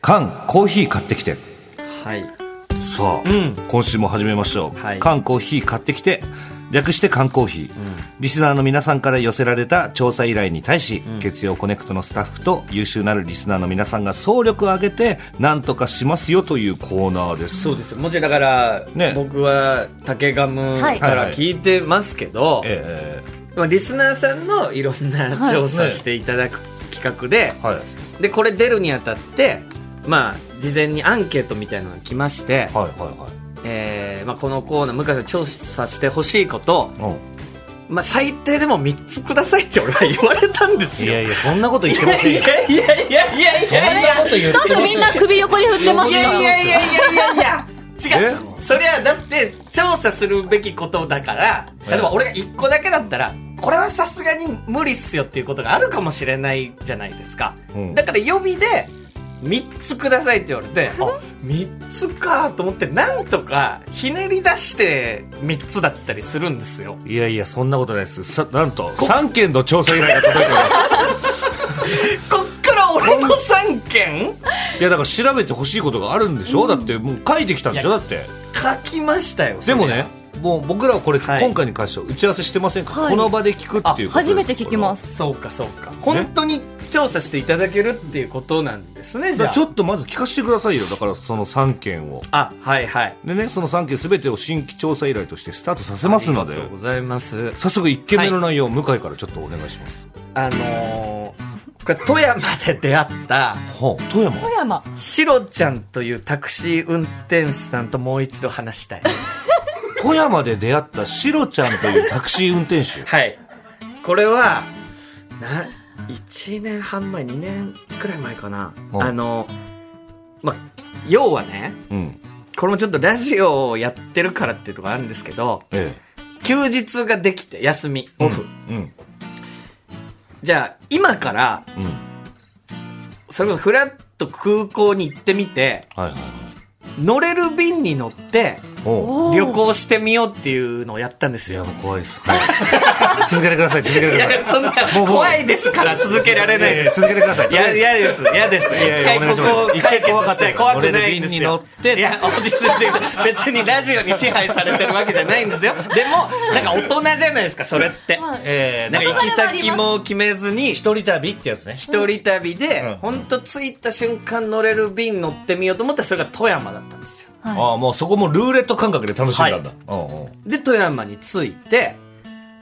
缶コーヒー買ってきてはい。さあ、今週も始めましょう、はい缶コーヒー買ってきて略して缶コーヒー、リスナーの皆さんから寄せられた調査依頼に対し、月曜コネクトのスタッフと優秀なるリスナーの皆さんが総力を挙げて何とかしますよというコーナーですそうですよもちろんだから、ね僕は竹ガムはいから聞いてますけど、えまあ、リスナーさんのいろんな調は査いしていただく企画でえ、はいでこれ出るにあたってまあ事前にアンケートみたいなのが来まして、はいはいえーまあ、このコーナー向井さん調査してほしいこと、はいうんまあ、最低でも3つくださいって俺は言われたんですいよやいやそんなこと言ってませんよいやいやいやいやいやいやいやこと言っスタッフみんな首横に振ってますいよやいやいやいやいや違うえそりゃだって調査するべきことだから例えば俺が1個だけだったらこれはさすがに無理っすよっていうことがあるかもしれないじゃないですか、うんだから予備で3つくださいって言われてあ3つかと思ってなんとかひねり出して3つだったりするんですよいやいやそんなことないですさなんと3件の調査依頼が届いてますこっから俺の3件 いやだから調べてほしいことがあるんでしょ、だってもう書いてきたんでしょいだって書きましたよでもねもう僕らはこれ、はい今回に関しては打ち合わせしてませんから、はいこの場で聞くっていうことです初めて聞きますすそうかそうか本当に調査していただけるっていうことなんですねじゃあちょっとまず聞かせてくださいよだからその3件をあはいはいでねその3件全てを新規調査依頼としてスタートさせますのあでりがとうございます早速1件目の内容、向井からちょっとお願いしますあのー、これ富山で出会ったはあ富山富山シロちゃんというタクシー運転手さんともう一度話 したい富山で出会ったシロちゃんというタクシー運転手はいこれはな1年半前2年くらい前かなうんあのま要はねうんこれもちょっとラジオをやってるからっていうところあるんですけどえ休日ができて休みオフ、えうんじゃあ今からうんそれこそフラッと空港に行ってみてはいはいはい乗れる便に乗っておうおー旅行してみようっていうのをやったんですいよやもう怖いです、 はい続けてください続けてくいださいや そんな怖いですから続けられないです続けてくださいいやいやです嫌ですいやいや一回ここおを願いします一解決して回怖怖かったくないんです乗れる便によ乗っていや落ち着いて別にラジオに支配されてるわけじゃないんですよでもなんか大人じゃないですかそれってはいえーなんか行き先も決めずに一人旅ってやつね一人旅うんで、本当着いた瞬間乗れる便乗ってみようと思ったら、それが富山だったんですよ。はいああもうそこもルーレット感覚で楽しんだんだ、うんうんで、富山に着いて、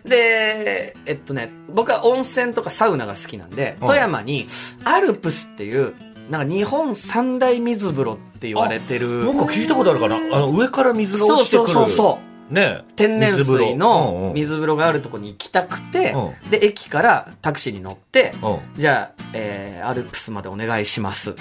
で、えっとね、僕は温泉とかサウナが好きなんで、うん富山にアルプスっていう、なんか日本三大水風呂って言われてるな、んか聞いたことあるかなあの上から水がそう落ちてそくるうそうそう。うね天然水風水呂のうんうん水風呂があるとこに行きたくてう、で、駅からタクシーに乗って、うんじゃあ、えー、アルプスまでお願いします。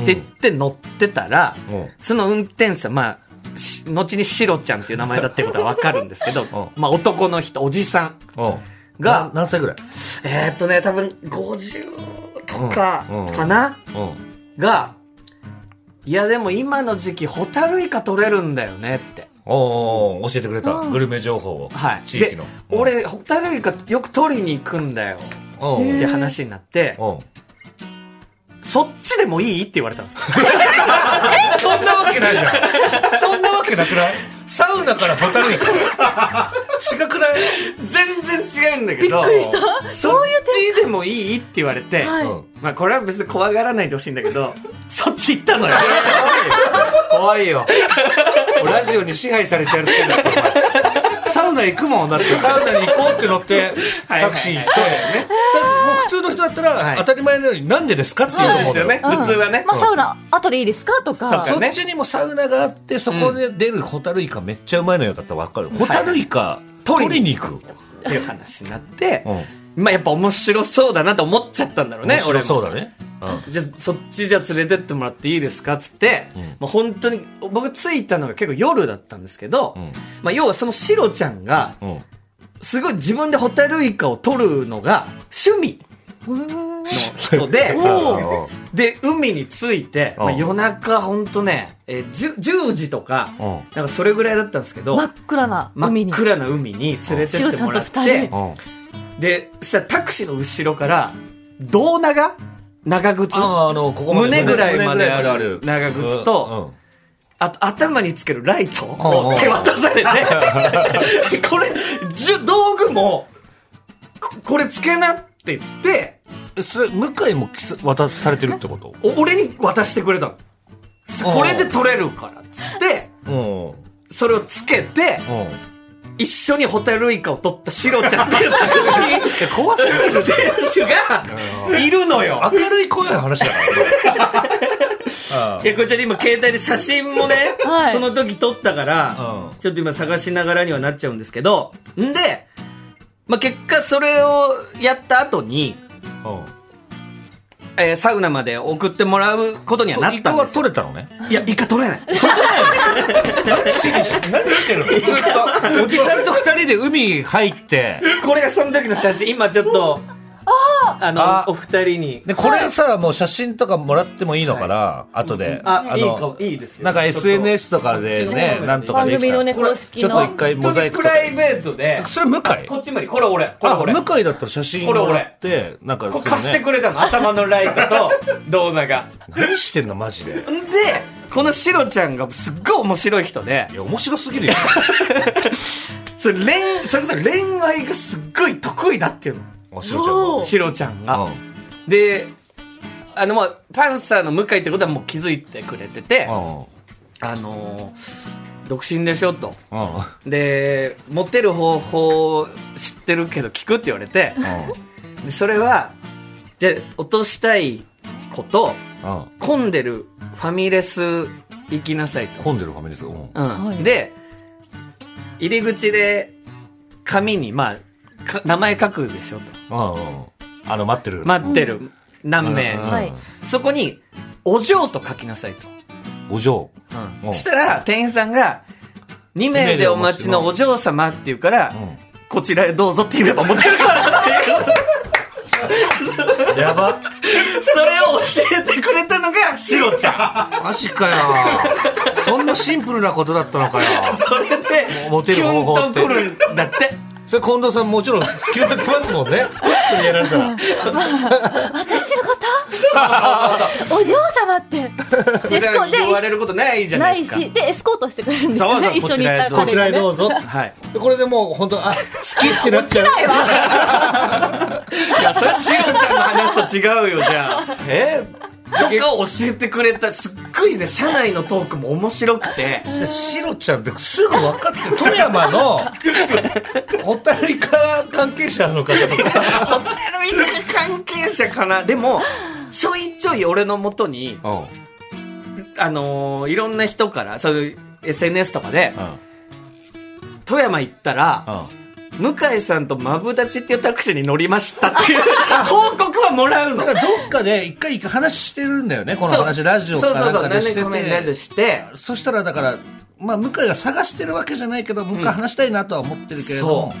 って言って乗ってたら、うんその運転手さん、まあ、し後にシロちゃんっていう名前だってことはわかるんですけ ど、まあ男の人、おじさん。うんがな何歳ぐらいえー、っとね、多分50とかうんうんかな、うんが、いやでも今の時期、ホタルイカ取れるんだよねって。おーおー教えてくれた、うんグルメ情報を、はい。地域ので、俺、ホタルイカよく取りに行くんだよ。うんうへんっーて話になって、うんそっちでもいいって言われたんです。そんなわけないじゃんそんなわけなく ないサウナからホタ ルイカ違くない 全然違うんだけど。びっくりしたそういうそっちでもいいって言われて、はいうんまあこれは別に怖がらないでほしいんだけ ど、そっち行ったのよ。 怖いよ。ラジオに支配されちゃうってんだってお前サウナ行くもんだってサウナに行こうって乗ってはいはいはいタクシー行ってねもう普通の人だったはらい当たり前のようになんでですかって言うとそうで思うんだよすよね。うん普通はね。まあサウナ後でいいですかとかそそうねっちにもサウナがあってそこで出るホタルイカめっちゃうまいのよだったら分かるホタルイカ取りに行くっていう話になって、うんまあやっぱ面白そうだなと思っちゃったんだろうね、面白そう俺も。だねうんじゃあそっちじゃ連れてってもらっていいですかっつって、うんまあ本当に、僕着いたのが結構夜だったんですけど、うんまあ要はそのシロちゃんが、うんすごい自分でホタルイカを取るのが趣味うーんの人で、おで、海に着いて、まあうん夜中ほんとね、えー、じゅ 10, 時とか、うんなんかそれぐらいだったんですけど、真っ暗な海真にっ暗な海に連れてシっロてちゃんもとらっ二て人、うんで、そしたらタクシーの後ろから、胴長長靴ああのここまで胸ぐらいまで胸ぐらある長靴とうんうんあと、頭につけるライトうんうをん手渡さ れて、これ、じゅ道具も、ここれつけなって言って、えそれ向井もきす渡されてるってことお俺に渡してくれたうの。んこれで取れるからっつって、うんうんそれをつけて、一緒にホタルイカを取ったシロちゃんっていう私、怖すぎる店主がいるのよ。明るい声の話だからいや、こちら今携帯で写真もね、はいその時撮ったから、うんちょっと今探しながらにはなっちゃうんですけど、んで、まあ、結果それをやった後に、うんうんえーサウナまで送ってもらうことにはなっイたカんはですよ。取れたのねいや、イカ取 れない。何やってるのずっとおじさんと二人で海入ってこれがその時の写真、今ちょっと、あの、あお二人に。でこれさもう写真とかもらってもいいのかな、後であ、いいのかも、いいですよなんかちょっと SNS とかでこっちの方ねがなんとか番でき組たのらね、公式ちょっと一の。回モザイク本と当かにプライベートで、それ向井こっちまで、これ俺、これ俺。あ向井だったら写真これ俺もらってなんかこうそのね貸してくれたの、頭のライトと、動画が。何してんのマジでんで、このシロちゃんがすっごい面白い人でい、や面白すぎる よそれ恋、それこそ恋愛がすっごい得意だっていうおしろちゃんもの。シロちゃんが。うんで、あの、まあ、パンサーの向井ってことはもう気づいてくれてて、あのー独身でしょと。うんうんで、モテる方法知ってるけど聞くって言われて、でそれは、じゃあ落としたいこと、うんうん混んでるファミレス行きなさいと。混んでるファミレスうんうんうんはいで入り口で紙に、まあ、か名前書くでしょとうんあの待ってる待ってる、何う名んに、うんはいそこに「お嬢」と書きなさいと、お嬢うんしたら店員さんが「2名でお待ちのお嬢様」って言うから、うこちらへどうぞって言えばモテる からっていうんやばそれを教えてくれたのがシロ ちゃマジかよそんなシンプルなことだったのかよんそれでモテキる方法ュっンてとくるんだってそれ近藤さんもちろんキュンときますもんね本当にやられた ら私のことお嬢様って。でエ普スコ段言わで、れることないじゃなないいですかし、で、エスコートしてくれるんですよそうそね。う一緒に行ったこちら彼へがねどうぞはいでこれでもう本当あ好きってなっちゃういや、それはしおちゃんの話と違うよ、じゃあ。 えとかを教えてくれた、すっごいね、社内のトークも面白くて。シロちゃんってすぐ分かってる富山 のホタルイカ関係者の方とかホテルイカ関係者かな。でも、ちょいちょい俺のもとに、うんあのーいろんな人から、そういう SNS とかで、うん富山行ったら、うん向井さんとマブダチっていうタクシーに乗りましたっていう 報告はもらうの。なんかどっかで一回話してるんだよねこの話ラジオそかうそなうんそう、かで何して年か前にラジオてして、そしたらだからまあ向井が探してるわけじゃないけど向井話したいなとは思ってるけれども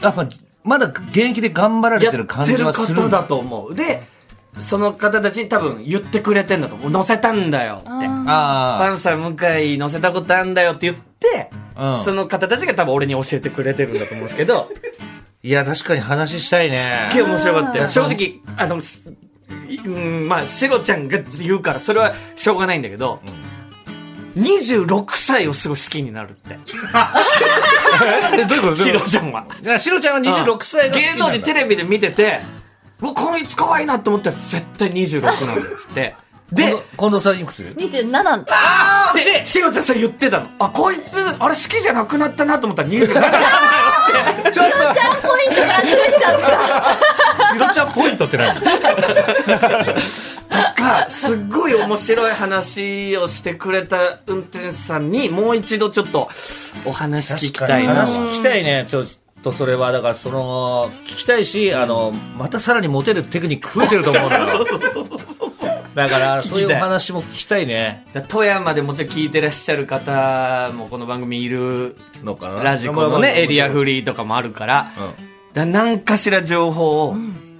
やっぱまだ現役で頑張られてる感じはすやってるる方だと思うでその方たちに多分言ってくれてんだと思う乗せたんだよってああパンサー向井乗せたことあんだよって言って、あうんその方たちが多分俺に教えてくれてるんだと思うんですけどいや確かに話したいね結構面白かったようん正直あのすうんまあシロちゃんが言うからそれはしょうがないんだけど、26歳をすごい好きになるってえどういうことどうシいうロこちゃんはといやシロちゃんは26歳が好き芸なんだ能人テレビで見ててうわこのいつ可愛いなと思ったら絶対26なんだよっつってで近藤近藤さんいくつ27。ああししろちゃんそれ言ってたのあこいつあれ好きじゃなくなったなと思ったら27なんだよってちょっとポイントが集めちゃった。シロちゃんポイントって何かすっごい面白い話をしてくれた運転手さんにもう一度ちょっとお話聞きたいな話聞きたいねちょっとそれはだからその聞きたいしあのまたさらにモテるテクニック増えてると思うのよだからそういうお話も聞きたいねだ富山でもちろん聞いてらっしゃる方もこの番組いるのかなラジコのねエリアフリーとかもあるからだ何かしら情報を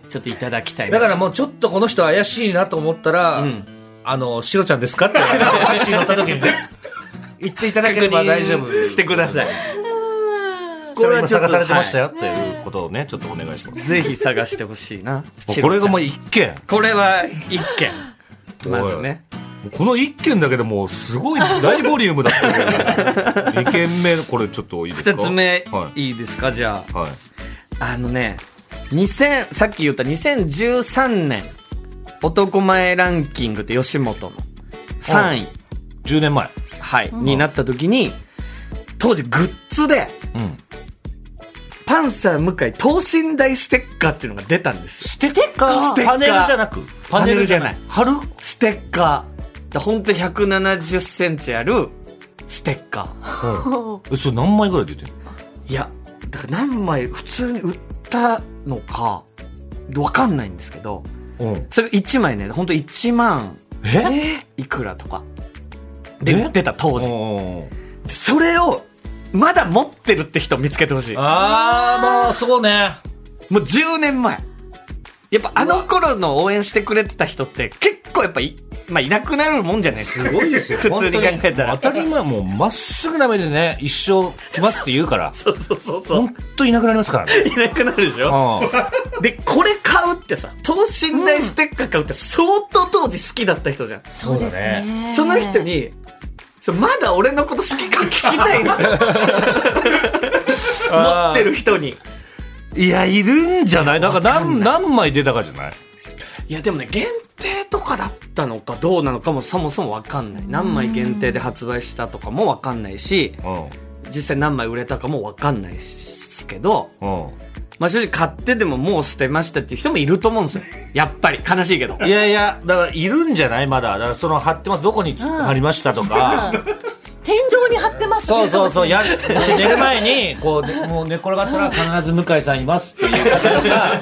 ちょっといただきたいだからももうちょっとこの人怪しいなと思ったら、んあのシロちゃんですかってタクシー乗った時にね言っていただければ大丈夫してくださいこれは今探されてましたよっていうことことをねちょっとお願いしますぜひ探してほしいなもうこれがもうう一件これは一件まずねこの一件だけでもうすごい大ボリュームだったけど二件目これちょっといいです二かつ目はいいですかじゃい、はい、ああのね2000さっき言った2013年男前ランキングって吉本の3位10年前はいになった時に当時グッズでうんパンサー向井等身大ステッカーっていうのが出たんですよステッカーステッカパーネルじゃなくパネルじゃない貼るステッカーだ本当百170センチあるステッカーえそれ何枚ぐらい出てるいや、だから何枚普通に売ったのか、わかんないんですけど、の、うん、それ1枚ね、ほんと1万えいくらとか。で、え売ってた当時。うんそれを、まだ持ってるって人見つけてほしい。もああまあそうねう10年前。やっぱあの頃の応援してくれてた人って結構やっぱい、まあ、いなくなるもんじゃないですか。すごいですよ普通に考えたら。本当にもう当たり前もうまっすぐな目でね一生来ますって言うからそうそうそうそう。本当いなくなりますからねいなくなるでしょうで、これ買うってさ、等身大ステッカー買うって相当当時好きだった人じゃん。んそそううだですねねその人に、そうまだ俺のこと好きか聞きたいん ですよ。持ってる人に。いやいるんじゃないなんか何何枚出たかじゃないいや、でもね、限定とかだったのかどうなのかもそもそもわかんない。何枚限定で発売したとかもわかんないし、う実際何枚売れたかもわかんないですけど、んうんまあ正直買ってでももう捨てましたっていう人もいると思うん ですよ。やっぱり、悲しいけど。いやいや、だからいるんじゃないまだ。だからその貼ってます。どこにつうん貼りましたとか。天井に貼ってますそうそうそう。やや、寝る前に、こう、ねもう寝っ転がったら必ず向井さんいますっていう方とか、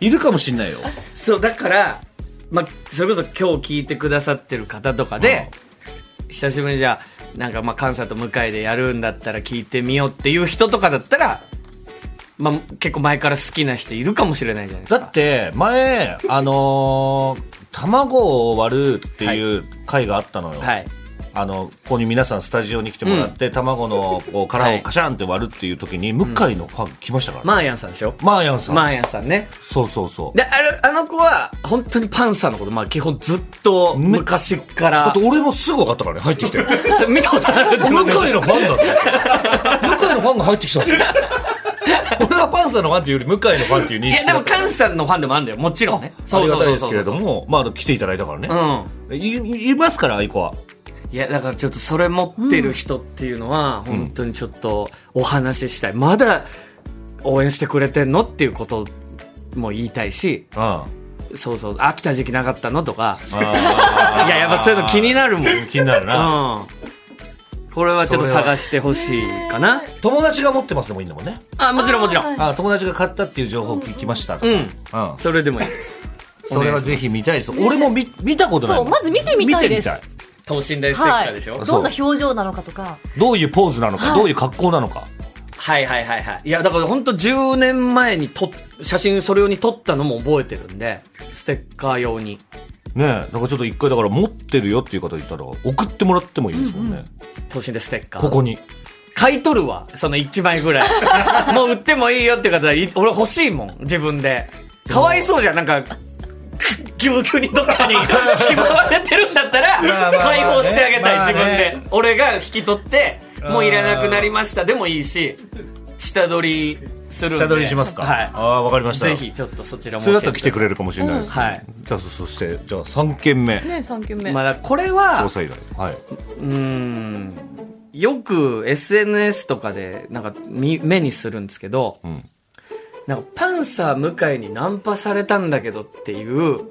いるかもしんないよ。そう、だから、まあ、それこそ今日聞いてくださってる方とかで、久しぶりにじゃあ、なんかまあ、関西と向井でやるんだったら聞いてみようっていう人とかだったら、まあ、結構前から好きな人いるかもしれないじゃないですだか。って、前、あのー卵を割るっていう回があったのよ。はい。あの、ここに皆さんスタジオに来てもらって、卵のこう殻をカシャンって割るっていう時に、向井のファン来ましたからね。マーヤンさんでしょマーヤンさん。マーヤンさんね。そうそうそう。で、あれあの子は、本当にパンサーのこと、まあ、基本ずっと昔かあらと、俺もすぐ分かったからね、入ってきて。 それ見たことある向井のファンだと向井のファンが入ってきたの俺はパンサーのファンっていうより向井のファンっていうい認や、識でだも、った関西のファンでもあるんだよ。もちろんね。ありがたいですけれども。もまああの来ていただいたからねう、ん。いいますからあいこはいやだからちょっとそれ持ってる人っていうのは本当にちょっとお話ししたい、まだ応援してくれてんのっていうことも言いたいしうんあそうそう飽きた時期なかったのとかー いややっぱそういうの気になるもん、うん、気になるな、これはちょっと探してほしいかな友達が持ってますでもいいんだもんねあもちろんもちろんはいあ友達が買ったっていう情報を聞きましたとうかんうんそれでもいいですそれはぜひ見たいです俺も見見たことないそうまず見てみたいです見て等身大ステッカはーでしょ、いそうどんな表情なのかとかみたいどういうポーズなのか、はいどういう格好なのかはいはいはいはい。いや、だから本当10年前に撮っ、写真それ用に撮ったのも覚えてるんで、ステッカー用に。ねえだからちょっと一回だから持ってるよっていう方いたら送ってもらってもいいですもんね、等身でステッカー。ここに買い取るわ。その1枚ぐら い。もう売ってもいいよって方い、俺欲しいもん。自分で。かわいそうじゃん。なんか、くぎゅうぎゅうにどっ かにしまわれてるんだったらまあまあま、あ解放してあげたい、まあね自分で。俺が引き取って、もういらなくなりました。でもいいし、下取りするんで。下取りしますかあはあわかりまい。したぜひ、ちょっとそちらもそ教れだっえてたら来てくれる。るかもしれないです、ねうんはいじゃあそそしてじゃあ3件目ね三件目まあだからこれは調、査依頼はいうーんよく SNS とかでなんか見目にするんですけど、んなんかパンサー向井にナンパされたんだけどっていううん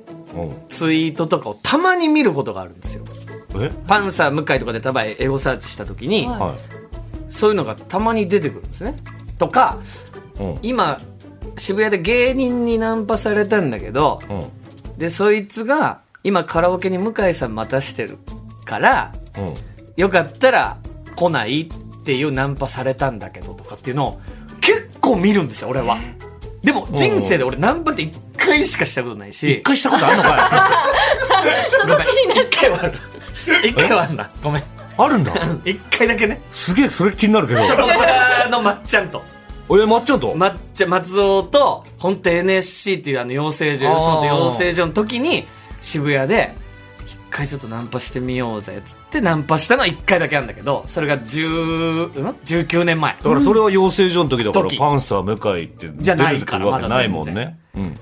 ツイートとかをたまに見ることがあるんですよえパンサー向井とかでたまにエゴサーチした時に、ははそういうのがたまに出てくるんですねとかいうん今渋谷で芸人にナンパされたんだけどうんでそいつが今カラオケに向井さん待たしてるからうんよかったら来ないっていうナンパされたんだけどとかっていうのを結構見るんですよ、俺は。でも人生で俺ナンパって一回しかしたことない一し。回したことあるのかごめん一回 はある。一回はあるな。ごめん。いあるんだ一回だけね。すげえそれ気になるけどチョコプラのまっちゃんと。えまっちゃんと抹茶松尾と本当 NSC っていうあの養成所あー吉本養成所の時に渋谷で一回ちょっとナンパしてみようぜっつってナンパしたのは一回だけなんだけどそれが10ん19年前だからそれは養成所の時だから時パンサー向井ってじゃ出なていくからるわけないもんまだね、うん、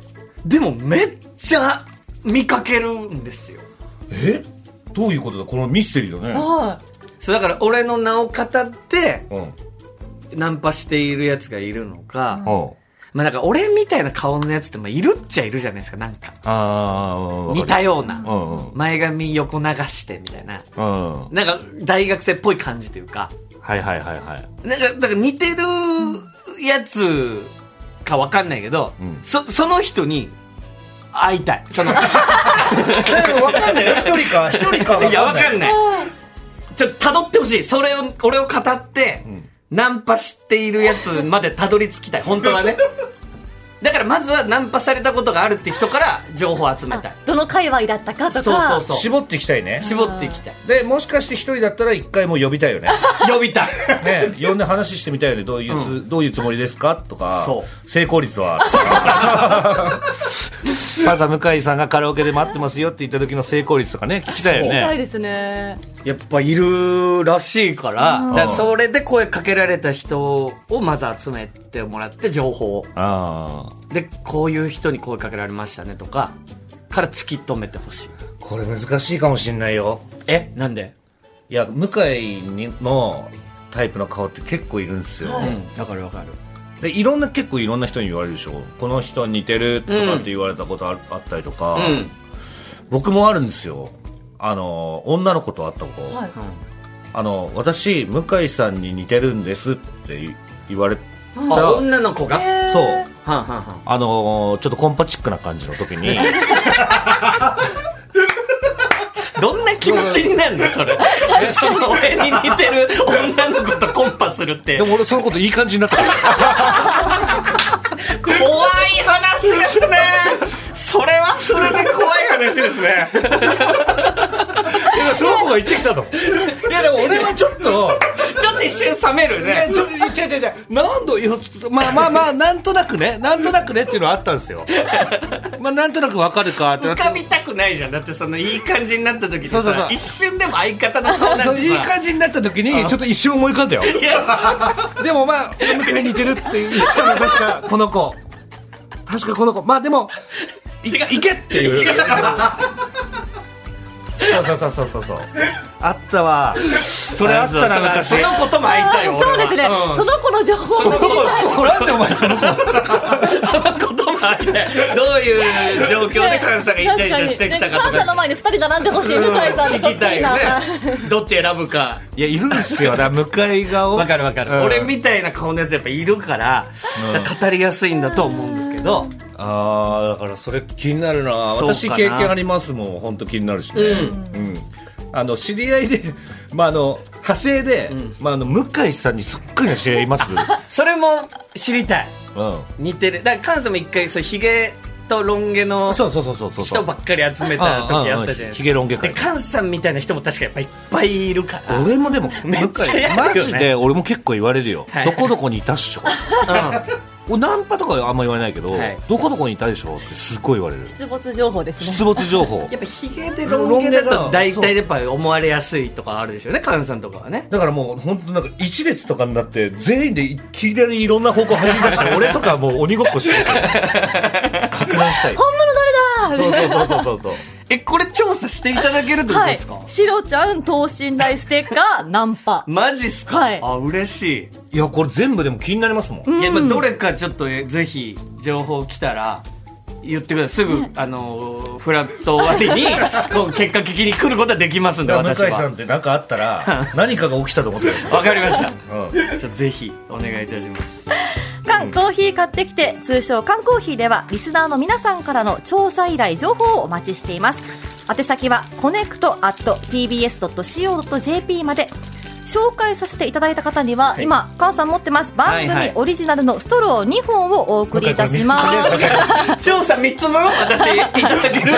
でもめっちゃ見かけるんですよえどういうことだこのミステリーだね、はそうだから俺の名を語ってうんうん、ナンパしているやつがいるのか、まあなんか俺みたいな顔のやつってまあいるっちゃいるじゃないですかなんかああ似たようなうんうん前髪横流してみたいなうんはなんか大学生っぽい感じというかいはいはいはいなんかだから似てるやつかわかんないけど、んそその人に会いたいそのい分かんないよ一人か一人か分やかんわないかんないちょっと辿ってほしいそれを俺を語って、ナンパしているやつまで辿り着きたい本当は ねだからまずはナンパされたことがあるって人から情報を集めたいい。どの界隈だったかそうとか。そうそう絞っていきたいね絞っていきたいでもしかして一人だったら一回もう呼びたいよ ね呼びたいね呼んで話してみたいよねどういうつ、どういうつもりですかとかそ成功率は パンサー向井さんがカラオケで待ってますよって言った時の成功率とかね聞きたいよ見たねいですね。 やっぱいるらしいから,、だからそれで声かけられた人をまず集めてもらって情報をああでこういう人に声かけられましたねとかから突き止めてほしいこれ難しいかもしんないよえなんで、いや向井にのタイプの顔って結構いるんですよ、うんわかるわかるでいろんな結構いろんな人に言われるでしょこの人似てるとかって言われたことあ,、あったりとか、うん僕もあるんですよあの女の子と会った子、はい。あの私向井さんに似てるんですってい言われた、あ女の子が、へーそうはんはんはんあのちょっとコンパチックな感じの時にどんな気持ちになるのそれえ その俺に似てる女の子とコンパするってでも俺そのこといい感じになっ たから怖い話ですねそれはそれで怖い話ですねいやその子が言ってきたのいやでも俺はちょっと ちょっと一瞬冷めるねちょっと違う違う違う何度よまあまあまあなんとなくねなんとなくねっていうのはあったん ですよまあなんとなくわかるかってな浮ってかびたくないじゃんだってそのいい感じになった時にそうそうそさう一瞬でも相方の顔なんてそさういい感じになった時にちょっと一瞬思い浮かんだよいやそうでもまあ向井に似てるって言ってたのは確かこの子確かこの子まあでもい違ういけっていうそうそうそうそうそうあったわそれあったな昔そのことも会いたい俺はそうですね。うんその子の情報そもの知り子たい。なんでお前その子そのことも会いたいどういう状況で関西がイチャイチャしてきたか確とにね関西かの前に二人並んでほしい、向井さん聞とそっきちたいによねな。どっち選ぶかいやいるんですよだから向井顔わかるわかる、うん俺みたいな顔のやつやっぱいるから,、語りやすいんだと思うんですけど、ああだからそれ気になるなそうかな私経験ありますもん本当気になるしねうん、あの知り合いで、 まあ、あの派生で、まあ、あの向井さんにそっくりな知り合いい ます、うそれも知りたん、い似てるだから関西も一回そうヒゲとロン毛のそうそうそうそうそう人ばっかり集めた時あったじゃないですかヒゲロン毛会で菅さんみたいな人も確かやっぱいっぱいいるから、俺もでも向井めっちゃやるよねマジで俺も結構言われるよはいどこどこにいたっし ょ俺ナンパとかはあんま言われないけどはいどこどこにいたでしょってすっごい言われる出没情報ですね。出没情報 やっぱヒゲでロン毛だと大体やっぱ思われやすいとかあるでしょうね菅さんとかはねだからもう本当なんか一列とかになって全員でいきなりいろんな方向走り出 して俺とかもう鬼ごっこしてる確認したい本物誰だそうそうそうそうそうえこれ調査していただけるってことはでいすか、。シロちゃん等身大ステッカー、ナンパ。マジっすか、はいあ嬉しいやこれ全部でも気になりますもん、い、いやまあどれかちょっとえぜひ情報来たら言ってくださいすぐ、あのーフラット終わりにこう結果聞きに来ることはできますんでだから私向井さはんって何かあったら何かが起きたと思ってる、わかりましたうん、じゃあぜひお願いいたします缶コーヒー買ってきて通称缶コーヒーではリスナーの皆さんからの調査依頼情報をお待ちしています宛先はコネクト at tbs.co.jp まで紹介させていただいた方には、い今菅さん持ってますは番いはい組オリジナルのストロー2本をお送りいたしま す、調査3つ分私いただ ける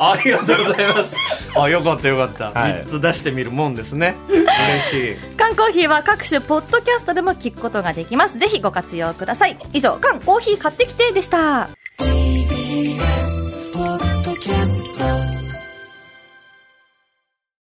ありがとうございますあよかったよかった、はい3つ出してみるもんですね嬉しい缶コーヒーは各種ポッドキャストでも聞くことができますぜひご活用ください以上缶コーヒー買ってきてでした